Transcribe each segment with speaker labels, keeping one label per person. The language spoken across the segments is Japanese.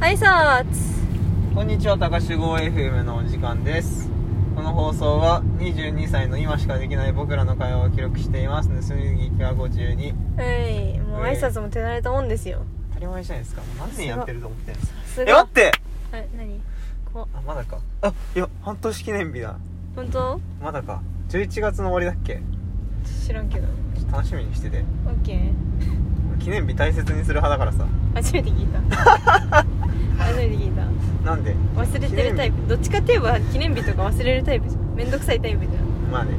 Speaker 1: はいさー
Speaker 2: こんにちは、高志号 FM のお時間です。この放送は22歳の今しかできない僕らの会話を記録しています。盗み聞きは52。
Speaker 1: はいもう挨拶も手慣れたもんですよ
Speaker 2: 当たり前じゃないですか。もう何年やってると思ってんの
Speaker 1: す
Speaker 2: え、待って
Speaker 1: はい何こ
Speaker 2: あ、まだか。あ、いや、半年記念日だ。
Speaker 1: 本当
Speaker 2: まだか。11月の終わりだっけ
Speaker 1: 知らんけど
Speaker 2: ちょっと楽しみにしてて。
Speaker 1: オッケー
Speaker 2: 記念日大切にする派だからさ。
Speaker 1: 初めて聞い た初めて聞いた
Speaker 2: なんで
Speaker 1: 忘れてるタイ
Speaker 2: 記
Speaker 1: プどっちかって言えば記念日とか忘れるタイプじゃんめんどくさいタイプじゃん
Speaker 2: まあね。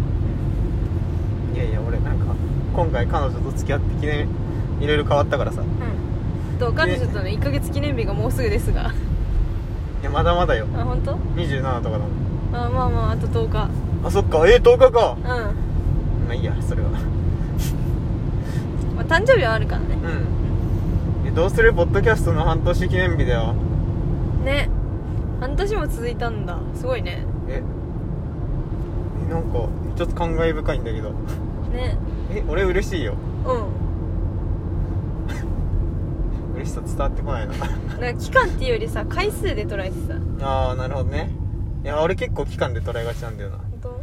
Speaker 2: いやいや、俺なんか、今回彼女と付き合って記念、いろいろ変わったからさ。
Speaker 1: うんと彼女との1ヶ月記念日がもうすぐですが
Speaker 2: いや、まだまだよ。
Speaker 1: あ本当？
Speaker 2: 27とかだもん。
Speaker 1: あまあまああと10日
Speaker 2: あ、そっか。えー、10日か。
Speaker 1: うん、ま
Speaker 2: まあいいやそれは
Speaker 1: あ、誕生日はあるからね
Speaker 2: うんえどうするポッドキャストの半年記念日だよ
Speaker 1: ね半年も続いたんだすごいね
Speaker 2: ええなんかちょっと感慨深いんだけど
Speaker 1: ね
Speaker 2: え俺嬉しいよ
Speaker 1: うん
Speaker 2: 嬉しさ伝わってこないな
Speaker 1: なんか期間っていうよりさ回数で捉えてさ
Speaker 2: ああなるほどねいや俺結構期間で捉えがちなんだよな
Speaker 1: 本当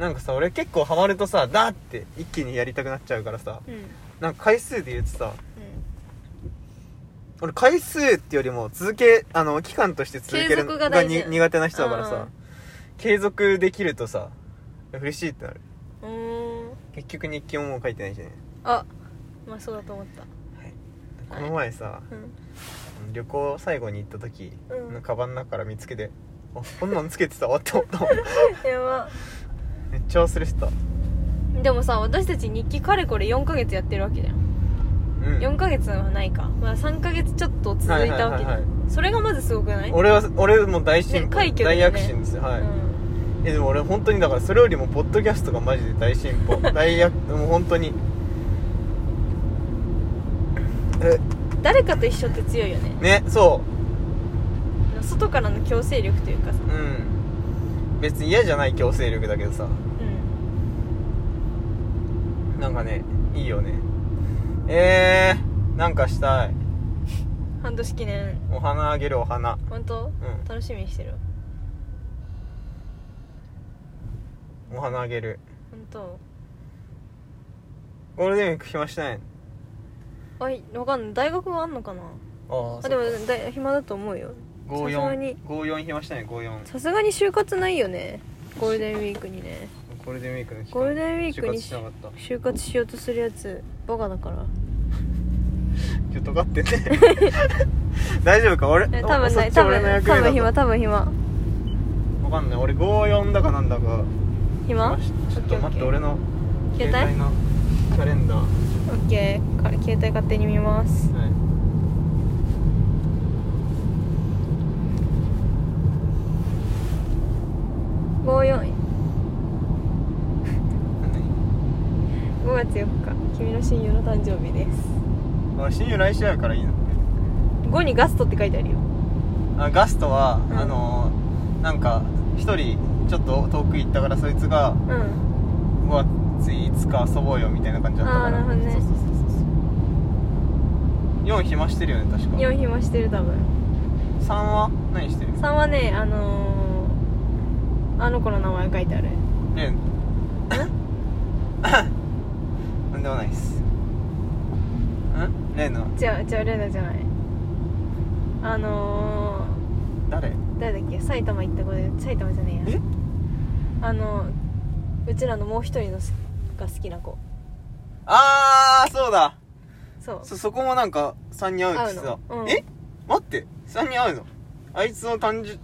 Speaker 2: なんかさ俺結構ハマるとさダーって一気にやりたくなっちゃうからさ
Speaker 1: うんうん
Speaker 2: なんか回数で言うとさ俺回数ってよりも続けあの期間として続け
Speaker 1: 継
Speaker 2: る
Speaker 1: 続
Speaker 2: の
Speaker 1: が
Speaker 2: が
Speaker 1: 大事
Speaker 2: に苦手な人だから
Speaker 1: うん
Speaker 2: さ継続できるとさ嬉しいってなる
Speaker 1: うーん
Speaker 2: 結局日記ももう書いてないしね
Speaker 1: あまあそうだと思った
Speaker 2: この前さ
Speaker 1: うん
Speaker 2: 旅行最後に行った時、
Speaker 1: うん
Speaker 2: カバンの中から見つけてあこんなんつけてたわって思ったも ん
Speaker 1: やば
Speaker 2: めっちゃ忘れてた、
Speaker 1: でもさ私たち日記かれこれ4ヶ月やってるわけじゃん、
Speaker 2: うん、
Speaker 1: 4ヶ月はないか、まあ、3ヶ月ちょっと続いたわけじゃん、
Speaker 2: はいはいはいは
Speaker 1: それがまずすごくない
Speaker 2: 俺は俺も大進
Speaker 1: ね
Speaker 2: 歩、
Speaker 1: 快挙だ
Speaker 2: 大
Speaker 1: よね
Speaker 2: 躍進ですよはい、
Speaker 1: うん
Speaker 2: えでも俺本当にだからそれよりもポッドキャストがマジで大進 歩大躍もう本当にえ
Speaker 1: 誰かと一緒って強いよね
Speaker 2: ねそ
Speaker 1: 外からの強制力というかさ
Speaker 2: ううん別に嫌じゃない強制力だけどさ
Speaker 1: うん
Speaker 2: なんかねいいよねえー、なんかしたい
Speaker 1: 半年記念
Speaker 2: お花あげるお花
Speaker 1: 本当
Speaker 2: う
Speaker 1: 楽しみにしてる
Speaker 2: んお花あげる
Speaker 1: 本当
Speaker 2: ゴールデンウィーク暇してない
Speaker 1: あいわかんない大学があんのかな
Speaker 2: あ
Speaker 1: あでもだ暇だと思うよさすがに
Speaker 2: 54暇してない54
Speaker 1: さすがに就活ないよねゴールデンウィークにね
Speaker 2: ゴールデンウィークの期間
Speaker 1: ゴールデンウィーク
Speaker 2: 就
Speaker 1: に
Speaker 2: 活しなかった
Speaker 1: 就活しようとするやつバカだから
Speaker 2: ちょっと尖ってね 大丈夫か俺
Speaker 1: え多分
Speaker 2: そ
Speaker 1: な
Speaker 2: っ
Speaker 1: い
Speaker 2: ち
Speaker 1: 多
Speaker 2: 俺の
Speaker 1: 分
Speaker 2: 役目
Speaker 1: 多分
Speaker 2: だ
Speaker 1: 暇多分暇
Speaker 2: とわかんない俺54だかなんだか
Speaker 1: 暇
Speaker 2: しちょっと待って
Speaker 1: オッケーオッケー
Speaker 2: 俺の
Speaker 1: 携帯
Speaker 2: 携帯のカレンダー
Speaker 1: オッケーか携帯勝手に見ます
Speaker 2: はい
Speaker 1: 54 5月4日君の親友の誕生日です
Speaker 2: 何あ親友来週やからいいの
Speaker 1: 5にガストって書いてあるよ
Speaker 2: あガストは、
Speaker 1: うん
Speaker 2: あのーなんか一人ちょっと遠く行ったからそいつが
Speaker 1: うん
Speaker 2: 5月5日遊ぼうよみたいな感じだったから
Speaker 1: あーなるほどね
Speaker 2: そうそうそうそう4暇してるよね確か
Speaker 1: 4暇してる多分
Speaker 2: 3は何してる
Speaker 1: 3はねあのー、あの子の名前書いてある
Speaker 2: ねえ なんでもないっすん例の
Speaker 1: じゃあじゃあレナじゃないあのー、
Speaker 2: 誰
Speaker 1: 誰だっけ埼玉行った子で埼玉じゃねえや
Speaker 2: え
Speaker 1: あのうちらのもう一人のすが好きな子
Speaker 2: あーそうだ
Speaker 1: そう
Speaker 2: そそこもなんか3人会うって言っ
Speaker 1: 会う
Speaker 2: てた、
Speaker 1: のうん
Speaker 2: え待って3人会うのあいつの誕生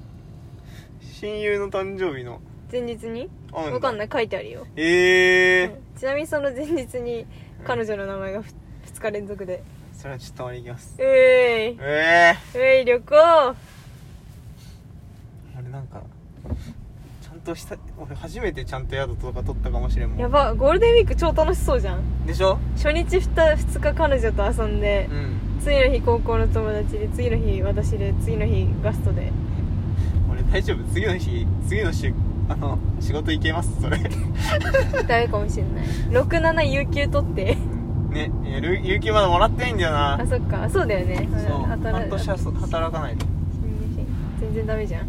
Speaker 2: 親友の誕生日の
Speaker 1: 前日に
Speaker 2: 会うんだ
Speaker 1: わかんないい書いてあるよ、
Speaker 2: ええー
Speaker 1: うんちなみにその前日に彼女の名前が 2, 日連続で
Speaker 2: それはちょっと俺行きます
Speaker 1: うえい
Speaker 2: ええ
Speaker 1: うえい旅行
Speaker 2: ー、俺なんかちゃんとした俺初めてちゃんと宿とか取ったかもしれんもん
Speaker 1: やばゴールデンウィーク超楽しそうじゃん
Speaker 2: でしょ
Speaker 1: 初日 2, 2日彼女と遊んで
Speaker 2: うん
Speaker 1: 次の日高校の友達で次の日私で次の日ガストで
Speaker 2: 俺大丈夫次の日次の週あの仕事行けますそれ
Speaker 1: ダメかもしれない67有給取って
Speaker 2: ねえ有給まだもらってないんだよな
Speaker 1: あそっかそうだよね
Speaker 2: そう
Speaker 1: 働
Speaker 2: 半年はそう働かないと
Speaker 1: 全然ダメじゃん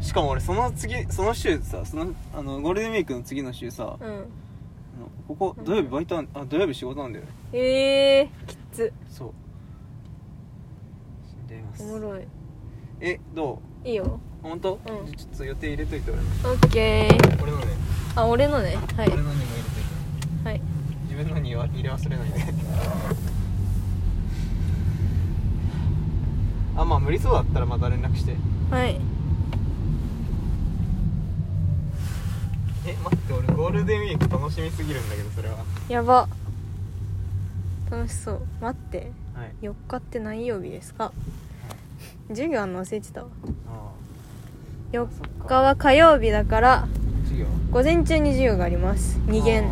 Speaker 2: しかも俺その次その週さそのあのゴールデンウィークの次の週さ、
Speaker 1: うん
Speaker 2: あのここ土曜日バイトあんあ土曜日仕事なんだよね
Speaker 1: ええー、きっつ
Speaker 2: そう死んじゃいま
Speaker 1: お
Speaker 2: す
Speaker 1: もろい
Speaker 2: えど
Speaker 1: いいよ
Speaker 2: う本当、
Speaker 1: うん
Speaker 2: じゃちょっと予定入れといて俺の
Speaker 1: オッケー
Speaker 2: 俺のね、
Speaker 1: あ俺のねはい
Speaker 2: 俺のにも入れといて
Speaker 1: はい
Speaker 2: 自分のには入れ忘れないで あまあ無理そうだったらまた連絡して
Speaker 1: はい
Speaker 2: え待って俺ゴールデンウィーク楽しみすぎるんだけどそれは
Speaker 1: やば楽しそう待って
Speaker 2: はい
Speaker 1: 4日って何曜日ですか授業あんの忘れてたわ
Speaker 2: あ
Speaker 1: 4
Speaker 2: そっ
Speaker 1: 日
Speaker 2: か
Speaker 1: は火曜日だから
Speaker 2: 授業
Speaker 1: 午前中に授業があります2限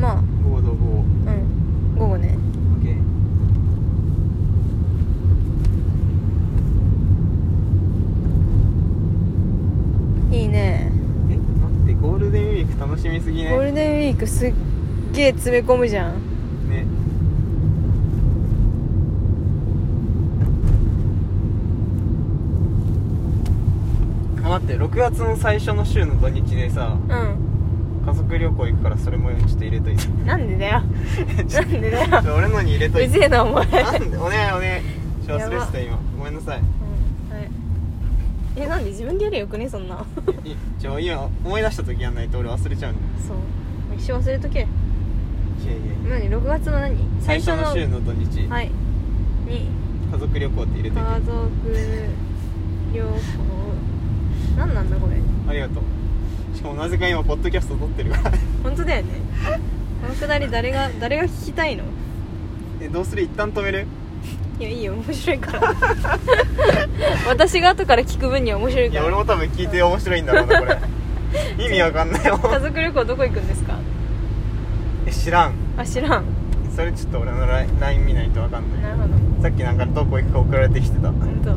Speaker 1: まあ
Speaker 2: 午後と午後
Speaker 1: うん午後ね
Speaker 2: OK
Speaker 1: いいね
Speaker 2: え待ってゴールデンウィーク楽しみすぎ
Speaker 1: ゴー
Speaker 2: ね
Speaker 1: ルデンウィークすっげえ詰め込むじゃん
Speaker 2: ねあ待って6月の最初の週の土日でさ
Speaker 1: う
Speaker 2: 家族旅行行くからそれもちょっと入れとい て
Speaker 1: んなんでだよなんでだよ
Speaker 2: ちょ俺のに入れ
Speaker 1: う
Speaker 2: といて
Speaker 1: ぜえなお前、うん
Speaker 2: な
Speaker 1: は
Speaker 2: んでお願いお願いちょ忘れてた今ごめんな さい
Speaker 1: い、えなんで自分でやるよくねそんな
Speaker 2: いいちょ今思い出した時やんないと俺忘れちゃうんだよ
Speaker 1: そう一生忘れとけ
Speaker 2: いやいや
Speaker 1: 何6月の何
Speaker 2: 最初の週の土日、
Speaker 1: はいに
Speaker 2: 家族旅行って入れといて
Speaker 1: 家族旅行何なんだこれ
Speaker 2: ありがとうしかもなぜか今ポッドキャスト撮ってるから
Speaker 1: 本当だよねこのくだり誰が誰が聞きたいの
Speaker 2: えどうする一旦止める
Speaker 1: いやいいよ面白いから 私が後から聞く分には面白い
Speaker 2: い
Speaker 1: か
Speaker 2: や俺
Speaker 1: ら
Speaker 2: も多分聞いて面白いんだろうなこ れ意味わかんない よ
Speaker 1: 家族旅行どこ行くんですか
Speaker 2: え知らん
Speaker 1: あ知らん
Speaker 2: それちょっと俺の LINE LINE 見ないとわかん
Speaker 1: な
Speaker 2: な
Speaker 1: る
Speaker 2: い
Speaker 1: ほど
Speaker 2: さっきなんかどこ行くか送られてきてた
Speaker 1: 本当家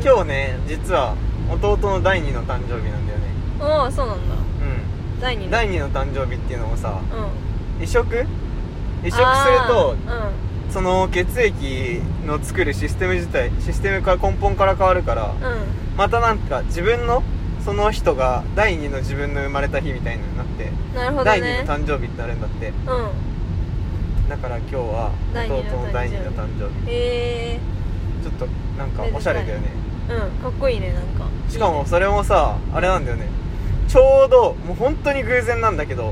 Speaker 1: 族旅
Speaker 2: 今日ね実は弟の第2の誕生日なんだよね
Speaker 1: おおそうなんだ第
Speaker 2: う
Speaker 1: 二
Speaker 2: ん
Speaker 1: の
Speaker 2: 第2の誕生日っていうのもさ
Speaker 1: うん
Speaker 2: 移植移植すると
Speaker 1: あ
Speaker 2: その血液の作るシステム自体システムから根本から変わるから
Speaker 1: ーうん
Speaker 2: またなんか自分のその人が第2の自分の生まれた日みたいのになって、
Speaker 1: うんなるほど
Speaker 2: 第2
Speaker 1: ね
Speaker 2: の誕生日ってなるんだって
Speaker 1: うん
Speaker 2: だから今日は
Speaker 1: 第二の
Speaker 2: 弟の第2の誕
Speaker 1: へ
Speaker 2: 生日
Speaker 1: え
Speaker 2: ちょっとなんかおしゃれだよね
Speaker 1: ー、うんかっこいいねなんか
Speaker 2: しかもそれもさあれなんだよねちょうどもう本当に偶然なんだけど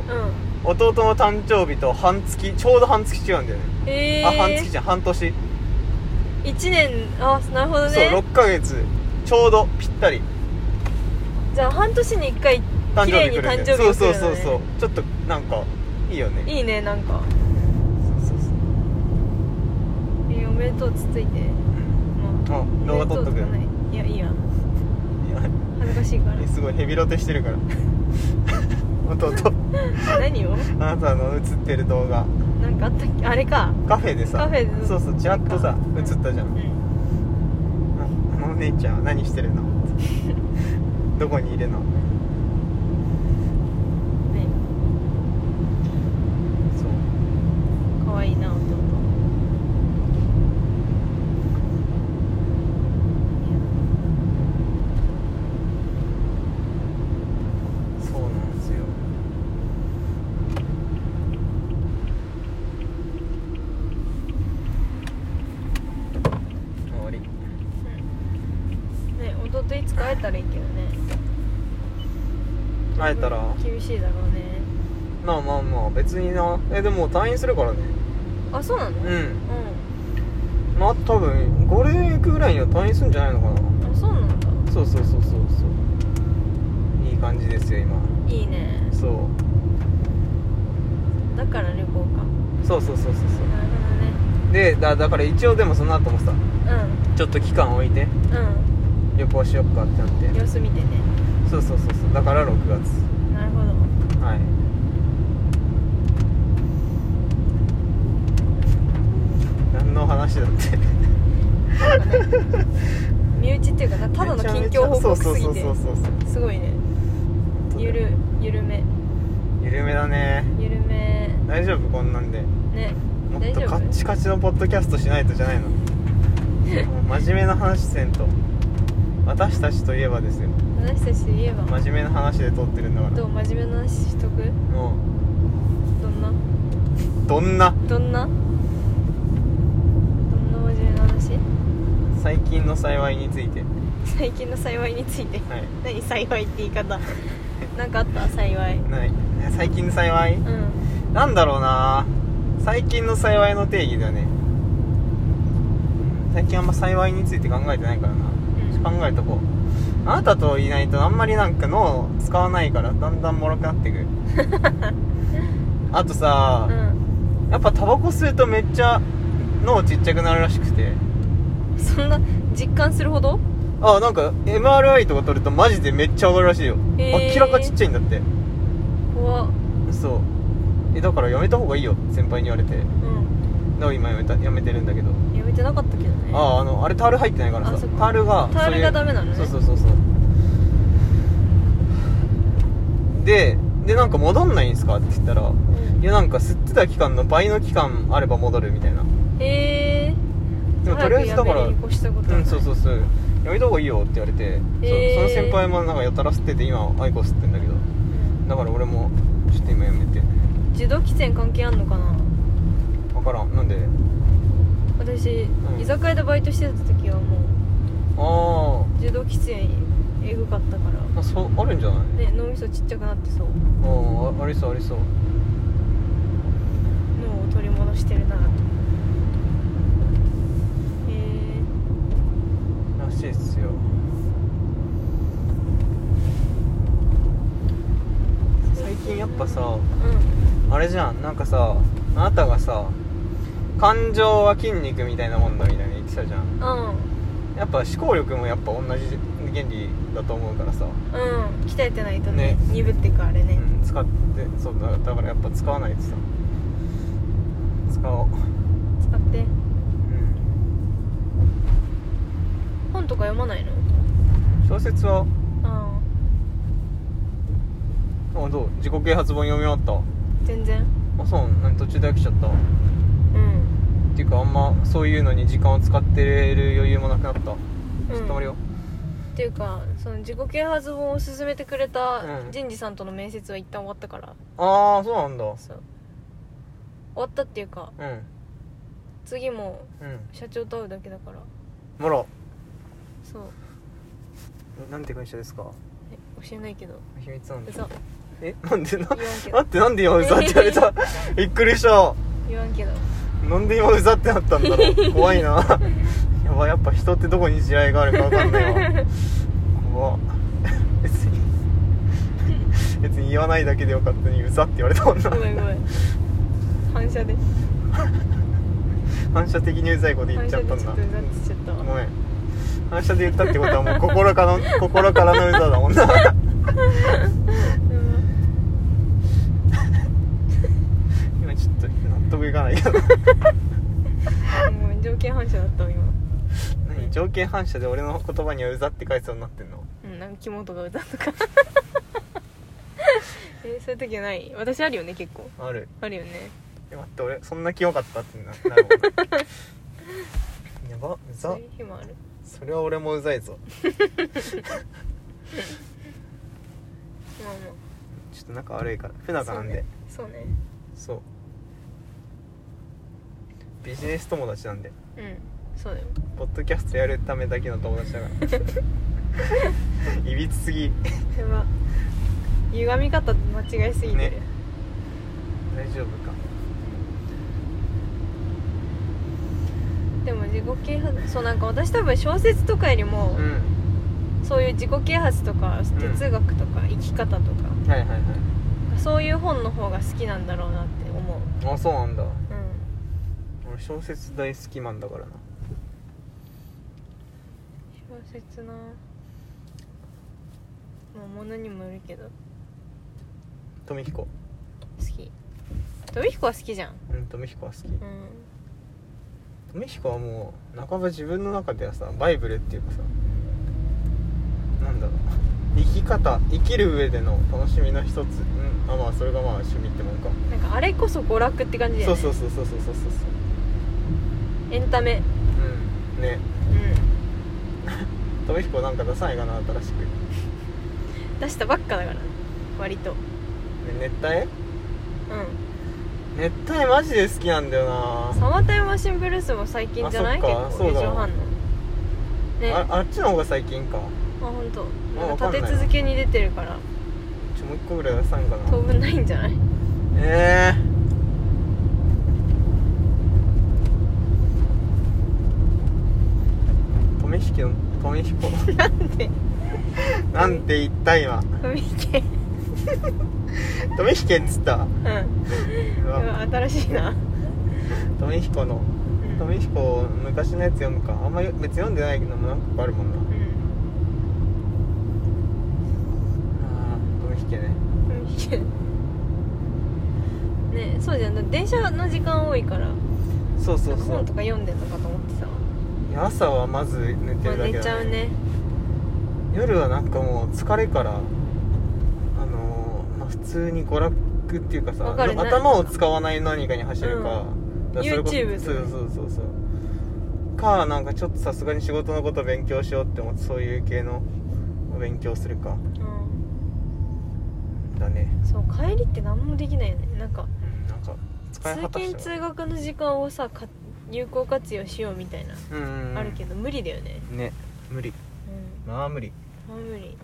Speaker 1: うん
Speaker 2: 弟の誕生日と半月ちょうど半月違うんだよね、
Speaker 1: へえ
Speaker 2: あ半月じゃん半年、
Speaker 1: 1年あなるほど
Speaker 2: そう
Speaker 1: ね
Speaker 2: 6ヶ月ちょうどぴったり
Speaker 1: じゃあ半年に1回
Speaker 2: 誕
Speaker 1: 綺
Speaker 2: 生
Speaker 1: 麗
Speaker 2: 日来
Speaker 1: に
Speaker 2: るんだ
Speaker 1: 誕
Speaker 2: よ
Speaker 1: 生日
Speaker 2: そう
Speaker 1: が来
Speaker 2: そう
Speaker 1: るの
Speaker 2: そう
Speaker 1: ね
Speaker 2: そうちょっとなんかいいよね
Speaker 1: いいねなんか
Speaker 2: そうそうそう
Speaker 1: えーおめでとうつっついてま
Speaker 2: あ動画撮っとく
Speaker 1: おめでうかないいやいいや
Speaker 2: いや
Speaker 1: 恥ずかしいか
Speaker 2: えすごいヘビロテしてるから 弟
Speaker 1: ら何を
Speaker 2: あなたの映ってる動画
Speaker 1: なんかあったっけあれか
Speaker 2: カフェでさ
Speaker 1: カフェで
Speaker 2: そうそうちらっとさ
Speaker 1: うん
Speaker 2: 映ったじゃ
Speaker 1: うんん
Speaker 2: ああのお姉ちゃんは何してるの どこにいるの
Speaker 1: ね
Speaker 2: そう
Speaker 1: 可愛いな弟
Speaker 2: そうなんですよ終わり
Speaker 1: うんね弟いつか会えたらいいけどね
Speaker 2: 会えたら
Speaker 1: 厳しいだろうね
Speaker 2: まあまあまあ別になえでも退院するからね
Speaker 1: あそうなの
Speaker 2: う
Speaker 1: うん
Speaker 2: んまあ多分ゴールデンウィークぐらいには退院するんじゃないのか
Speaker 1: あそうなんだ
Speaker 2: なそうそうそうそうそういい感じですよ今
Speaker 1: いいね
Speaker 2: そう
Speaker 1: だから旅行か
Speaker 2: そうそうそうそう
Speaker 1: なる
Speaker 2: そうでだだから一応でもその後もさ
Speaker 1: ほどね
Speaker 2: ちょっと期間置いて
Speaker 1: うん
Speaker 2: 旅行しよっかってなっ
Speaker 1: うん
Speaker 2: て
Speaker 1: 様子見てね
Speaker 2: そうそうそうそうだから6月
Speaker 1: なるほど
Speaker 2: はい何の話だって
Speaker 1: なんかね身内っていうかなただの近況報告すぎ
Speaker 2: めち
Speaker 1: て
Speaker 2: ゃめちゃそうそうそうそう
Speaker 1: すごいね
Speaker 2: そう
Speaker 1: ゆるゆるめ
Speaker 2: 緩めだね
Speaker 1: ゆるめ
Speaker 2: 大丈夫こんなんで
Speaker 1: ね
Speaker 2: もっ
Speaker 1: 大
Speaker 2: と
Speaker 1: 丈夫
Speaker 2: カッチカチのポッドキャストしないとじゃないのもう真面目な話せんと私たちといえばですよ
Speaker 1: 私たちで言えば
Speaker 2: 真面目な話で撮ってるんだから
Speaker 1: どう真面目な話しとく
Speaker 2: も
Speaker 1: どんな
Speaker 2: うどんな
Speaker 1: どんなどんな真面目な話
Speaker 2: 最近の幸いについて
Speaker 1: 最近の幸いについて
Speaker 2: はい
Speaker 1: 何幸いって言い 方なんかあった幸い
Speaker 2: ない最近の幸い
Speaker 1: うん
Speaker 2: なんだろうな最近の幸いの定義だね最近あんま幸いについて考えてないからな、
Speaker 1: うん
Speaker 2: 考えとこうあなたといないとあんまりなんか脳を使わないからだんだんもろく なってくあとさ、
Speaker 1: うん
Speaker 2: やっぱタバコ吸うとめっちゃ脳ちっちゃくなるらしくて
Speaker 1: そんな実感するほど
Speaker 2: あなんか MRI とか取るとマジでめっちゃ上がるらしいよ
Speaker 1: へー
Speaker 2: 明らかちっちゃいんだって
Speaker 1: 怖っ
Speaker 2: そうえだからやめた方がいいよって先輩に言われてだか
Speaker 1: うん
Speaker 2: ら今やめたやめてるんだけど
Speaker 1: やめてなかったけどね
Speaker 2: あああのあれタール入ってないからさ
Speaker 1: あそっか
Speaker 2: タールが
Speaker 1: タールが
Speaker 2: そういう
Speaker 1: ダメなのね
Speaker 2: そうそうそうそうででなんか戻んないんすかって言ったら
Speaker 1: う
Speaker 2: いやなんか吸ってた期間の倍の期間あれば戻るみたいな
Speaker 1: へえ
Speaker 2: でもとりあえずだ
Speaker 1: 早
Speaker 2: から
Speaker 1: くやめるに越したことはな
Speaker 2: う
Speaker 1: い
Speaker 2: んそうそうそうやめた方がいいよって言われて、
Speaker 1: へー
Speaker 2: そうその先輩もなんかやたら吸ってて今アイコス吸ってんだけど
Speaker 1: うん
Speaker 2: だから俺もちょっと今やめて
Speaker 1: 受動喫煙関係あんのかな
Speaker 2: 分からんなんで
Speaker 1: 私、
Speaker 2: ん
Speaker 1: 居酒屋でバイトしてた時はも
Speaker 2: あ
Speaker 1: う受動喫煙えぐかったから
Speaker 2: ー、まあそうあるんじゃない
Speaker 1: ね脳みそちっちゃくなってそう
Speaker 2: ああありそうありそう
Speaker 1: 脳を取り戻してるなとへえ
Speaker 2: らしいっすよ最近やっぱさ
Speaker 1: う
Speaker 2: あれじゃんなんかさあなたがさ感情は筋肉みたいなもんだみたいに言ってたじゃん
Speaker 1: んうん
Speaker 2: やっぱ思考力もやっぱ同じ原理だと思うからさ、
Speaker 1: うん鍛えてないとね
Speaker 2: ね
Speaker 1: 鈍ってくあれ
Speaker 2: う
Speaker 1: ね、
Speaker 2: ん、使ってそうだだからやっぱ使わないとさ使おう、
Speaker 1: 使って
Speaker 2: うん、
Speaker 1: 本とか読まないの
Speaker 2: 小説は
Speaker 1: あ
Speaker 2: あどう自己啓発本読み終わっ
Speaker 1: あ全然
Speaker 2: たあそう何途中で飽きちゃった
Speaker 1: うん
Speaker 2: っていうかあんまそういうのに時間を使ってる余裕もなくなった、ちょっと止まるよ
Speaker 1: っていうかその自己啓発本を勧めてくれた
Speaker 2: うん
Speaker 1: 人事さんとの面接は一旦終わったから、
Speaker 2: ああそうなんだ
Speaker 1: そう終わったっていうか
Speaker 2: うん
Speaker 1: 次も
Speaker 2: うん
Speaker 1: 社長と会うだけだから
Speaker 2: もろ
Speaker 1: そう
Speaker 2: なんて会社ですか
Speaker 1: え教えないけど
Speaker 2: 秘密なんで
Speaker 1: 嘘
Speaker 2: えなんで
Speaker 1: 言
Speaker 2: な
Speaker 1: わんけど
Speaker 2: 待ってなんで今うざって言わ れたびっくりした
Speaker 1: 言わんけど
Speaker 2: なんで今うざってなったんだろう怖 いなやばいやっぱ人ってどこに地雷があるかわかんないわ怖っ 別 に別に言わないだけでよかったのにうざって言われたもんな
Speaker 1: ごめんごめん反射で
Speaker 2: 反射的にうざいこと言っ
Speaker 1: 反
Speaker 2: ちゃ
Speaker 1: 射
Speaker 2: っ
Speaker 1: で
Speaker 2: たん
Speaker 1: ちょ
Speaker 2: だ
Speaker 1: っとうざってしちゃったわ
Speaker 2: ごめん反射で言ったってことはもう心からの心からの歌だも んな
Speaker 1: うん
Speaker 2: 今ちょっと納得いかないけど
Speaker 1: ごめん条件反射だったわ今
Speaker 2: 何条件反射で俺の言葉にはうざって返すようになってんの
Speaker 1: うんなんか肝とか歌とか えそういう時ない私あるよね結構
Speaker 2: ある
Speaker 1: あるよね
Speaker 2: え待って俺そんな気よかったってななるもんな やばう
Speaker 1: そ
Speaker 2: ざ
Speaker 1: ういう日もある
Speaker 2: それは俺もうざいぞ
Speaker 1: まあまあ
Speaker 2: ちょっと仲悪いから不仲なんで
Speaker 1: そうね
Speaker 2: そう,、ビジネス友達なんで
Speaker 1: そうねうんそうだよ
Speaker 2: ポッドキャストやるためだけの友達だからいびつすぎ
Speaker 1: やば歪み方と間違いすぎてる、
Speaker 2: ね大丈夫か
Speaker 1: でも自己啓発そうなんか私多分小説とかよりも、
Speaker 2: うん
Speaker 1: そういう自己啓発とか哲学とか生き方とか、
Speaker 2: はいはいはい
Speaker 1: そういう本の方が好きなんだろうなって思う
Speaker 2: あそうなんだ
Speaker 1: うん
Speaker 2: 俺小説大好きマンだからな
Speaker 1: 小説なまあ物にもよるけど
Speaker 2: 富彦
Speaker 1: 好き飛彦は好きじゃん
Speaker 2: うん富彦は好き
Speaker 1: うん
Speaker 2: 富彦はもう半ば自分の中ではさバイブルっていうかさなんだろう生き方生きる上での楽しみの一つ、うん、あまあそれがまあ趣味ってもんか、
Speaker 1: なんかあれこそ娯楽って感じだよ
Speaker 2: そう
Speaker 1: ね
Speaker 2: そうそうそうそうそうそう
Speaker 1: エンタメ
Speaker 2: うんね富彦なんか出さないかな新しく
Speaker 1: 出したばっかだから割と
Speaker 2: で熱帯
Speaker 1: う
Speaker 2: 熱帯マジで好きなんだよなん
Speaker 1: サマータイムマシンブルースも最近じゃない
Speaker 2: あ
Speaker 1: 結
Speaker 2: そっか
Speaker 1: 構
Speaker 2: そうだ
Speaker 1: 4時半のね
Speaker 2: あ
Speaker 1: あ
Speaker 2: あっちの方が最近か
Speaker 1: 本当
Speaker 2: あ
Speaker 1: な
Speaker 2: わ
Speaker 1: ん
Speaker 2: か
Speaker 1: か
Speaker 2: んない
Speaker 1: 立て続けに出てるから
Speaker 2: ちょもう一個ぐらい出さんか
Speaker 1: 当
Speaker 2: な
Speaker 1: 分ないんじゃない
Speaker 2: ええ富彦の富彦
Speaker 1: なんで
Speaker 2: なんて言った 今
Speaker 1: 富池
Speaker 2: 富彦っつった
Speaker 1: うん
Speaker 2: う
Speaker 1: う
Speaker 2: わ
Speaker 1: わ新しいな、
Speaker 2: 富彦
Speaker 1: う
Speaker 2: の
Speaker 1: ん
Speaker 2: 富彦昔のやつ読むかあんまり別に読んでないけども何個かあるもんな
Speaker 1: うん
Speaker 2: あー富彦ね
Speaker 1: 富池ねそうじゃん電車の時間多いから
Speaker 2: そうそうそう
Speaker 1: 本とか読んでたかと思ってさ
Speaker 2: いや朝はまず寝て
Speaker 1: まあ
Speaker 2: るだけだ、ね
Speaker 1: 寝ちゃうね
Speaker 2: 夜はなんかもう疲れからあのーまあ、普通に娯楽っていうかさ
Speaker 1: わかる
Speaker 2: な頭を使わない何かに走るか,、
Speaker 1: うん YouTube
Speaker 2: そ
Speaker 1: とかね
Speaker 2: うそうそうそうかなんかちょっとさすがに仕事のこと勉強しようって思ってそういう系のお勉強するか
Speaker 1: うん
Speaker 2: だね、
Speaker 1: そう帰りって何もできないよねなんか
Speaker 2: うん、なんか使い
Speaker 1: 通
Speaker 2: 果たし
Speaker 1: 勤
Speaker 2: た
Speaker 1: 通学の時間をさか有効活用しようみたいな、
Speaker 2: うんうんうん
Speaker 1: あるけど無理だよね
Speaker 2: ね無理まあ無理
Speaker 1: うん、あ、無理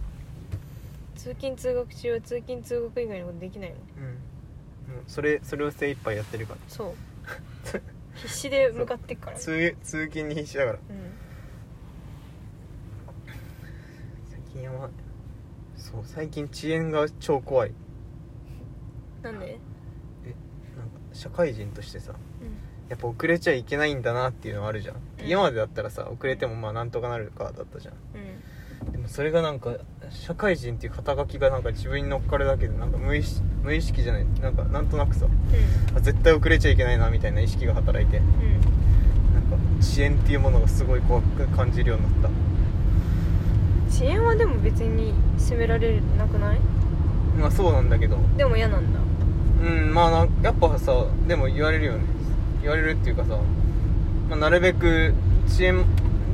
Speaker 1: 通勤通学中は通勤通学以外のことできないもん
Speaker 2: うんもうそれそれを精一杯やってるか
Speaker 1: そう 必死で向かってっからら
Speaker 2: 通通勤に必死だか
Speaker 1: う
Speaker 2: ら最近やばいそう最近遅延が超怖い
Speaker 1: んなんで、
Speaker 2: なんか社会人としてさ
Speaker 1: う
Speaker 2: やっぱ遅れちゃいけないんだなっていうのはあるじゃん、
Speaker 1: うん
Speaker 2: 今までだったらさ遅れてもまあなんとかなるかだったじゃん
Speaker 1: んうん、
Speaker 2: でもそれがなんか社会人っていう肩書きがなんか自分に乗っかるだけでなんか無意識無意識じゃないなんかなんとなくさあ絶対遅れちゃいけないなみたいな意識が働いて
Speaker 1: うんうん
Speaker 2: なんか遅延っていうものがすごい怖く感じるようになっ
Speaker 1: 遅延はでも別に責められなくない
Speaker 2: たまあそうなんだけど
Speaker 1: でも嫌なんだ
Speaker 2: うんまあなんやっぱさでも言われるよね言われるっていうかさ、まあ、なるべく遅延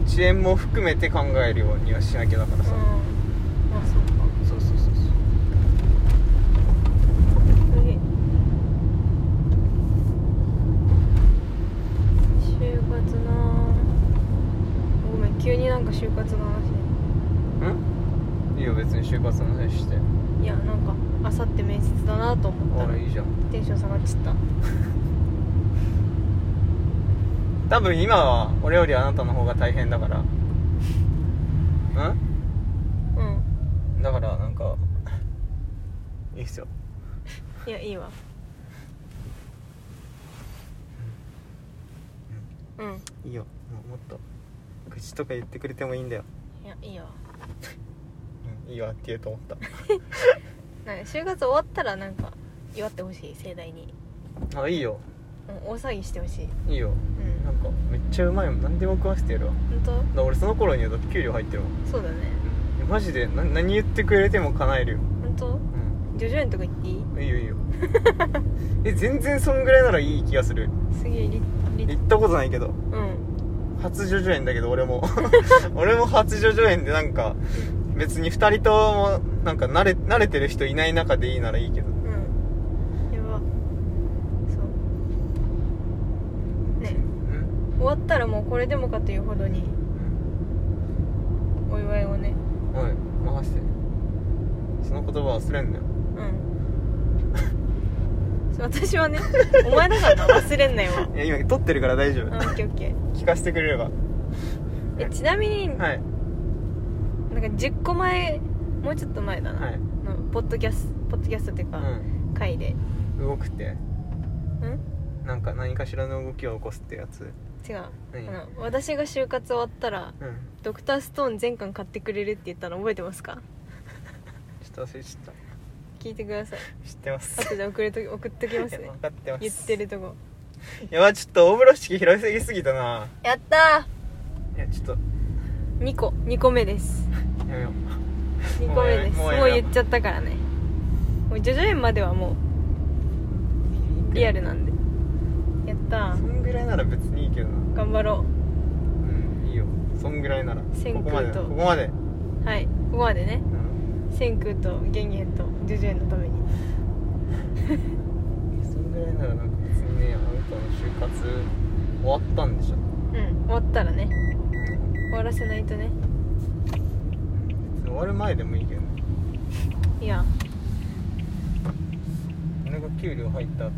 Speaker 2: 遅延も含めて考えるようにはしなきゃだから
Speaker 1: うん
Speaker 2: さ、
Speaker 1: まあそうか
Speaker 2: そうそうそうそ
Speaker 1: 無理就活なごめん急になんか就活の話
Speaker 2: うんいいよ別に就活の話して
Speaker 1: いやなんかあさって面接だなと思った
Speaker 2: あ
Speaker 1: ら
Speaker 2: らいいじゃん
Speaker 1: テンション下がっちゃった
Speaker 2: 多分今は俺よりあなたの方が大変だからうん
Speaker 1: うん
Speaker 2: だからなんかいいっすよ
Speaker 1: いやいいわうん
Speaker 2: いいよもうもっと愚痴とか言ってくれてもいいんだよ、
Speaker 1: いやいいわ
Speaker 2: うん、いいわって言うと思った
Speaker 1: なんか就活終わったらなんか祝ってほしい盛大に、
Speaker 2: あいいよ
Speaker 1: うん、大騒ぎしてほしい
Speaker 2: いいよ
Speaker 1: うん
Speaker 2: なんかめっちゃうまいもん何でも食わせてやるわだか
Speaker 1: 本
Speaker 2: ら俺その頃にはだって給料入ってるもん
Speaker 1: 当そうだね
Speaker 2: いやマジでな何言ってくれても叶えるよ、
Speaker 1: 本当
Speaker 2: う
Speaker 1: ジョジョ園とか行っていい
Speaker 2: ん、いいよいいよえ全然そんぐらいならいい気がする
Speaker 1: すげえりり
Speaker 2: 行ったことないけど
Speaker 1: うん
Speaker 2: 初叙々苑だけど 俺も俺も初叙々苑でなんか別に2人ともなんか慣れ慣れてる人いない中でいいならいいけど
Speaker 1: うんやばそうね
Speaker 2: うん
Speaker 1: 終わったらもうこれでもかというほどにお祝いをね
Speaker 2: おい任せてその言葉忘れんなよ
Speaker 1: うん そう私はねお前だからな忘れん なよ、
Speaker 2: いや今撮ってるから大丈
Speaker 1: うん、オ
Speaker 2: 夫
Speaker 1: ッケーオッケー
Speaker 2: 聞かせてくれれば
Speaker 1: えちなみに、
Speaker 2: はい
Speaker 1: なんか10個前もうちょっと前だな、
Speaker 2: はい
Speaker 1: のポッドキャスポッドキャストっていう
Speaker 2: う
Speaker 1: か、
Speaker 2: ん
Speaker 1: 回で
Speaker 2: 動くって
Speaker 1: うん
Speaker 2: なんか何かしらの動きを起こすってやつ
Speaker 1: 違う、
Speaker 2: 何
Speaker 1: あの私が就活終わったら
Speaker 2: うん
Speaker 1: ドクターストーン全巻買ってくれるって言ったの覚えてますか
Speaker 2: ちょっと忘れちゃっ
Speaker 1: 聞いてく ださい
Speaker 2: た知ってます
Speaker 1: 後で送れと送っときます
Speaker 2: い
Speaker 1: ね
Speaker 2: や分かってます
Speaker 1: 言ってるとこ
Speaker 2: いやまあちょっと大風呂敷拾いすぎすぎたな
Speaker 1: やった
Speaker 2: いやちょ
Speaker 1: ー
Speaker 2: っ
Speaker 1: 2個2個目です
Speaker 2: とやめよ
Speaker 1: 2個目です
Speaker 2: も
Speaker 1: も
Speaker 2: う
Speaker 1: う
Speaker 2: やめ
Speaker 1: 言っちゃったからねもう徐々にまではもう
Speaker 2: う
Speaker 1: リアルなんでやった
Speaker 2: そ
Speaker 1: ー
Speaker 2: んぐらいなら別にいいけどな
Speaker 1: 頑張ろ
Speaker 2: うんいいいよそんぐらいならこ
Speaker 1: 千
Speaker 2: こまで
Speaker 1: 空と
Speaker 2: ここまで、
Speaker 1: はいここまでね
Speaker 2: うん、
Speaker 1: 千空とゲンゲンとジュジュンのために
Speaker 2: そんぐらいならなんか別にねあなたの就活終わったんでしょ
Speaker 1: うん終わったらね終わらせないとね
Speaker 2: 別に終わる前でもいいけどね
Speaker 1: いや
Speaker 2: 俺が給料入った後で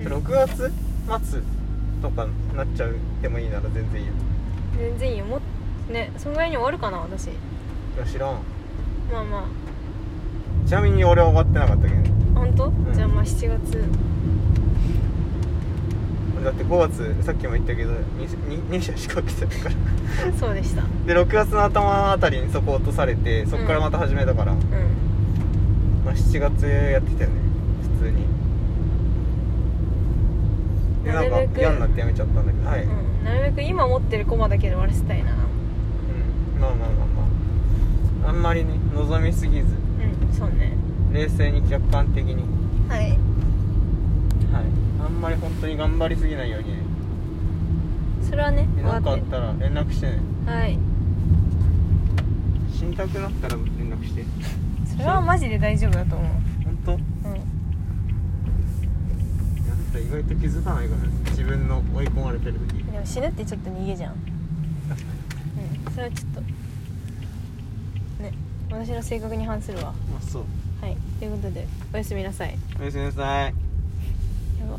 Speaker 1: うん
Speaker 2: 6月末とかなっちゃうでもいいなら全然いいよ
Speaker 1: 全然いいよもっねそんぐらいに終わるかな私
Speaker 2: いや知らん
Speaker 1: まあま
Speaker 2: ちなみに俺は終わってなかったけどね
Speaker 1: あ本当、
Speaker 2: ん
Speaker 1: じゃあまあ7月
Speaker 2: だって5月さっきも言ったけど 2, 2社しか来てたから
Speaker 1: そうでしたう
Speaker 2: で6月の頭あたりにそこ落とされてそこからまた始めたから、
Speaker 1: ん
Speaker 2: まあ、7月やってたよね普通にで
Speaker 1: な
Speaker 2: なん
Speaker 1: る
Speaker 2: か
Speaker 1: べく
Speaker 2: 嫌になってやめちゃったんだけどはい、うん
Speaker 1: うん、なるべく今持ってるコマだけで終わらせたいなう
Speaker 2: まあまあまあまああんまりね望みすぎず
Speaker 1: んそうね
Speaker 2: 冷静に客観的に
Speaker 1: はい
Speaker 2: はいあんまり本当に頑張りすぎないようにね
Speaker 1: それはね
Speaker 2: で
Speaker 1: 終わ
Speaker 2: なんかあ
Speaker 1: っ
Speaker 2: ったら連絡してね
Speaker 1: てはい
Speaker 2: 死にたくなったら連絡して
Speaker 1: それはマジで大丈夫だと思う
Speaker 2: 本当
Speaker 1: うん
Speaker 2: なんか意外と気づかないからね自分の追い込まれてる 時
Speaker 1: でも死ぬってちょっと逃げじゃん
Speaker 2: 確かに
Speaker 1: うんそれはちょっとね私の性格に反するわ
Speaker 2: まあそう
Speaker 1: はいということでおやすみなさい
Speaker 2: おやすみなさ
Speaker 1: や
Speaker 2: い
Speaker 1: ば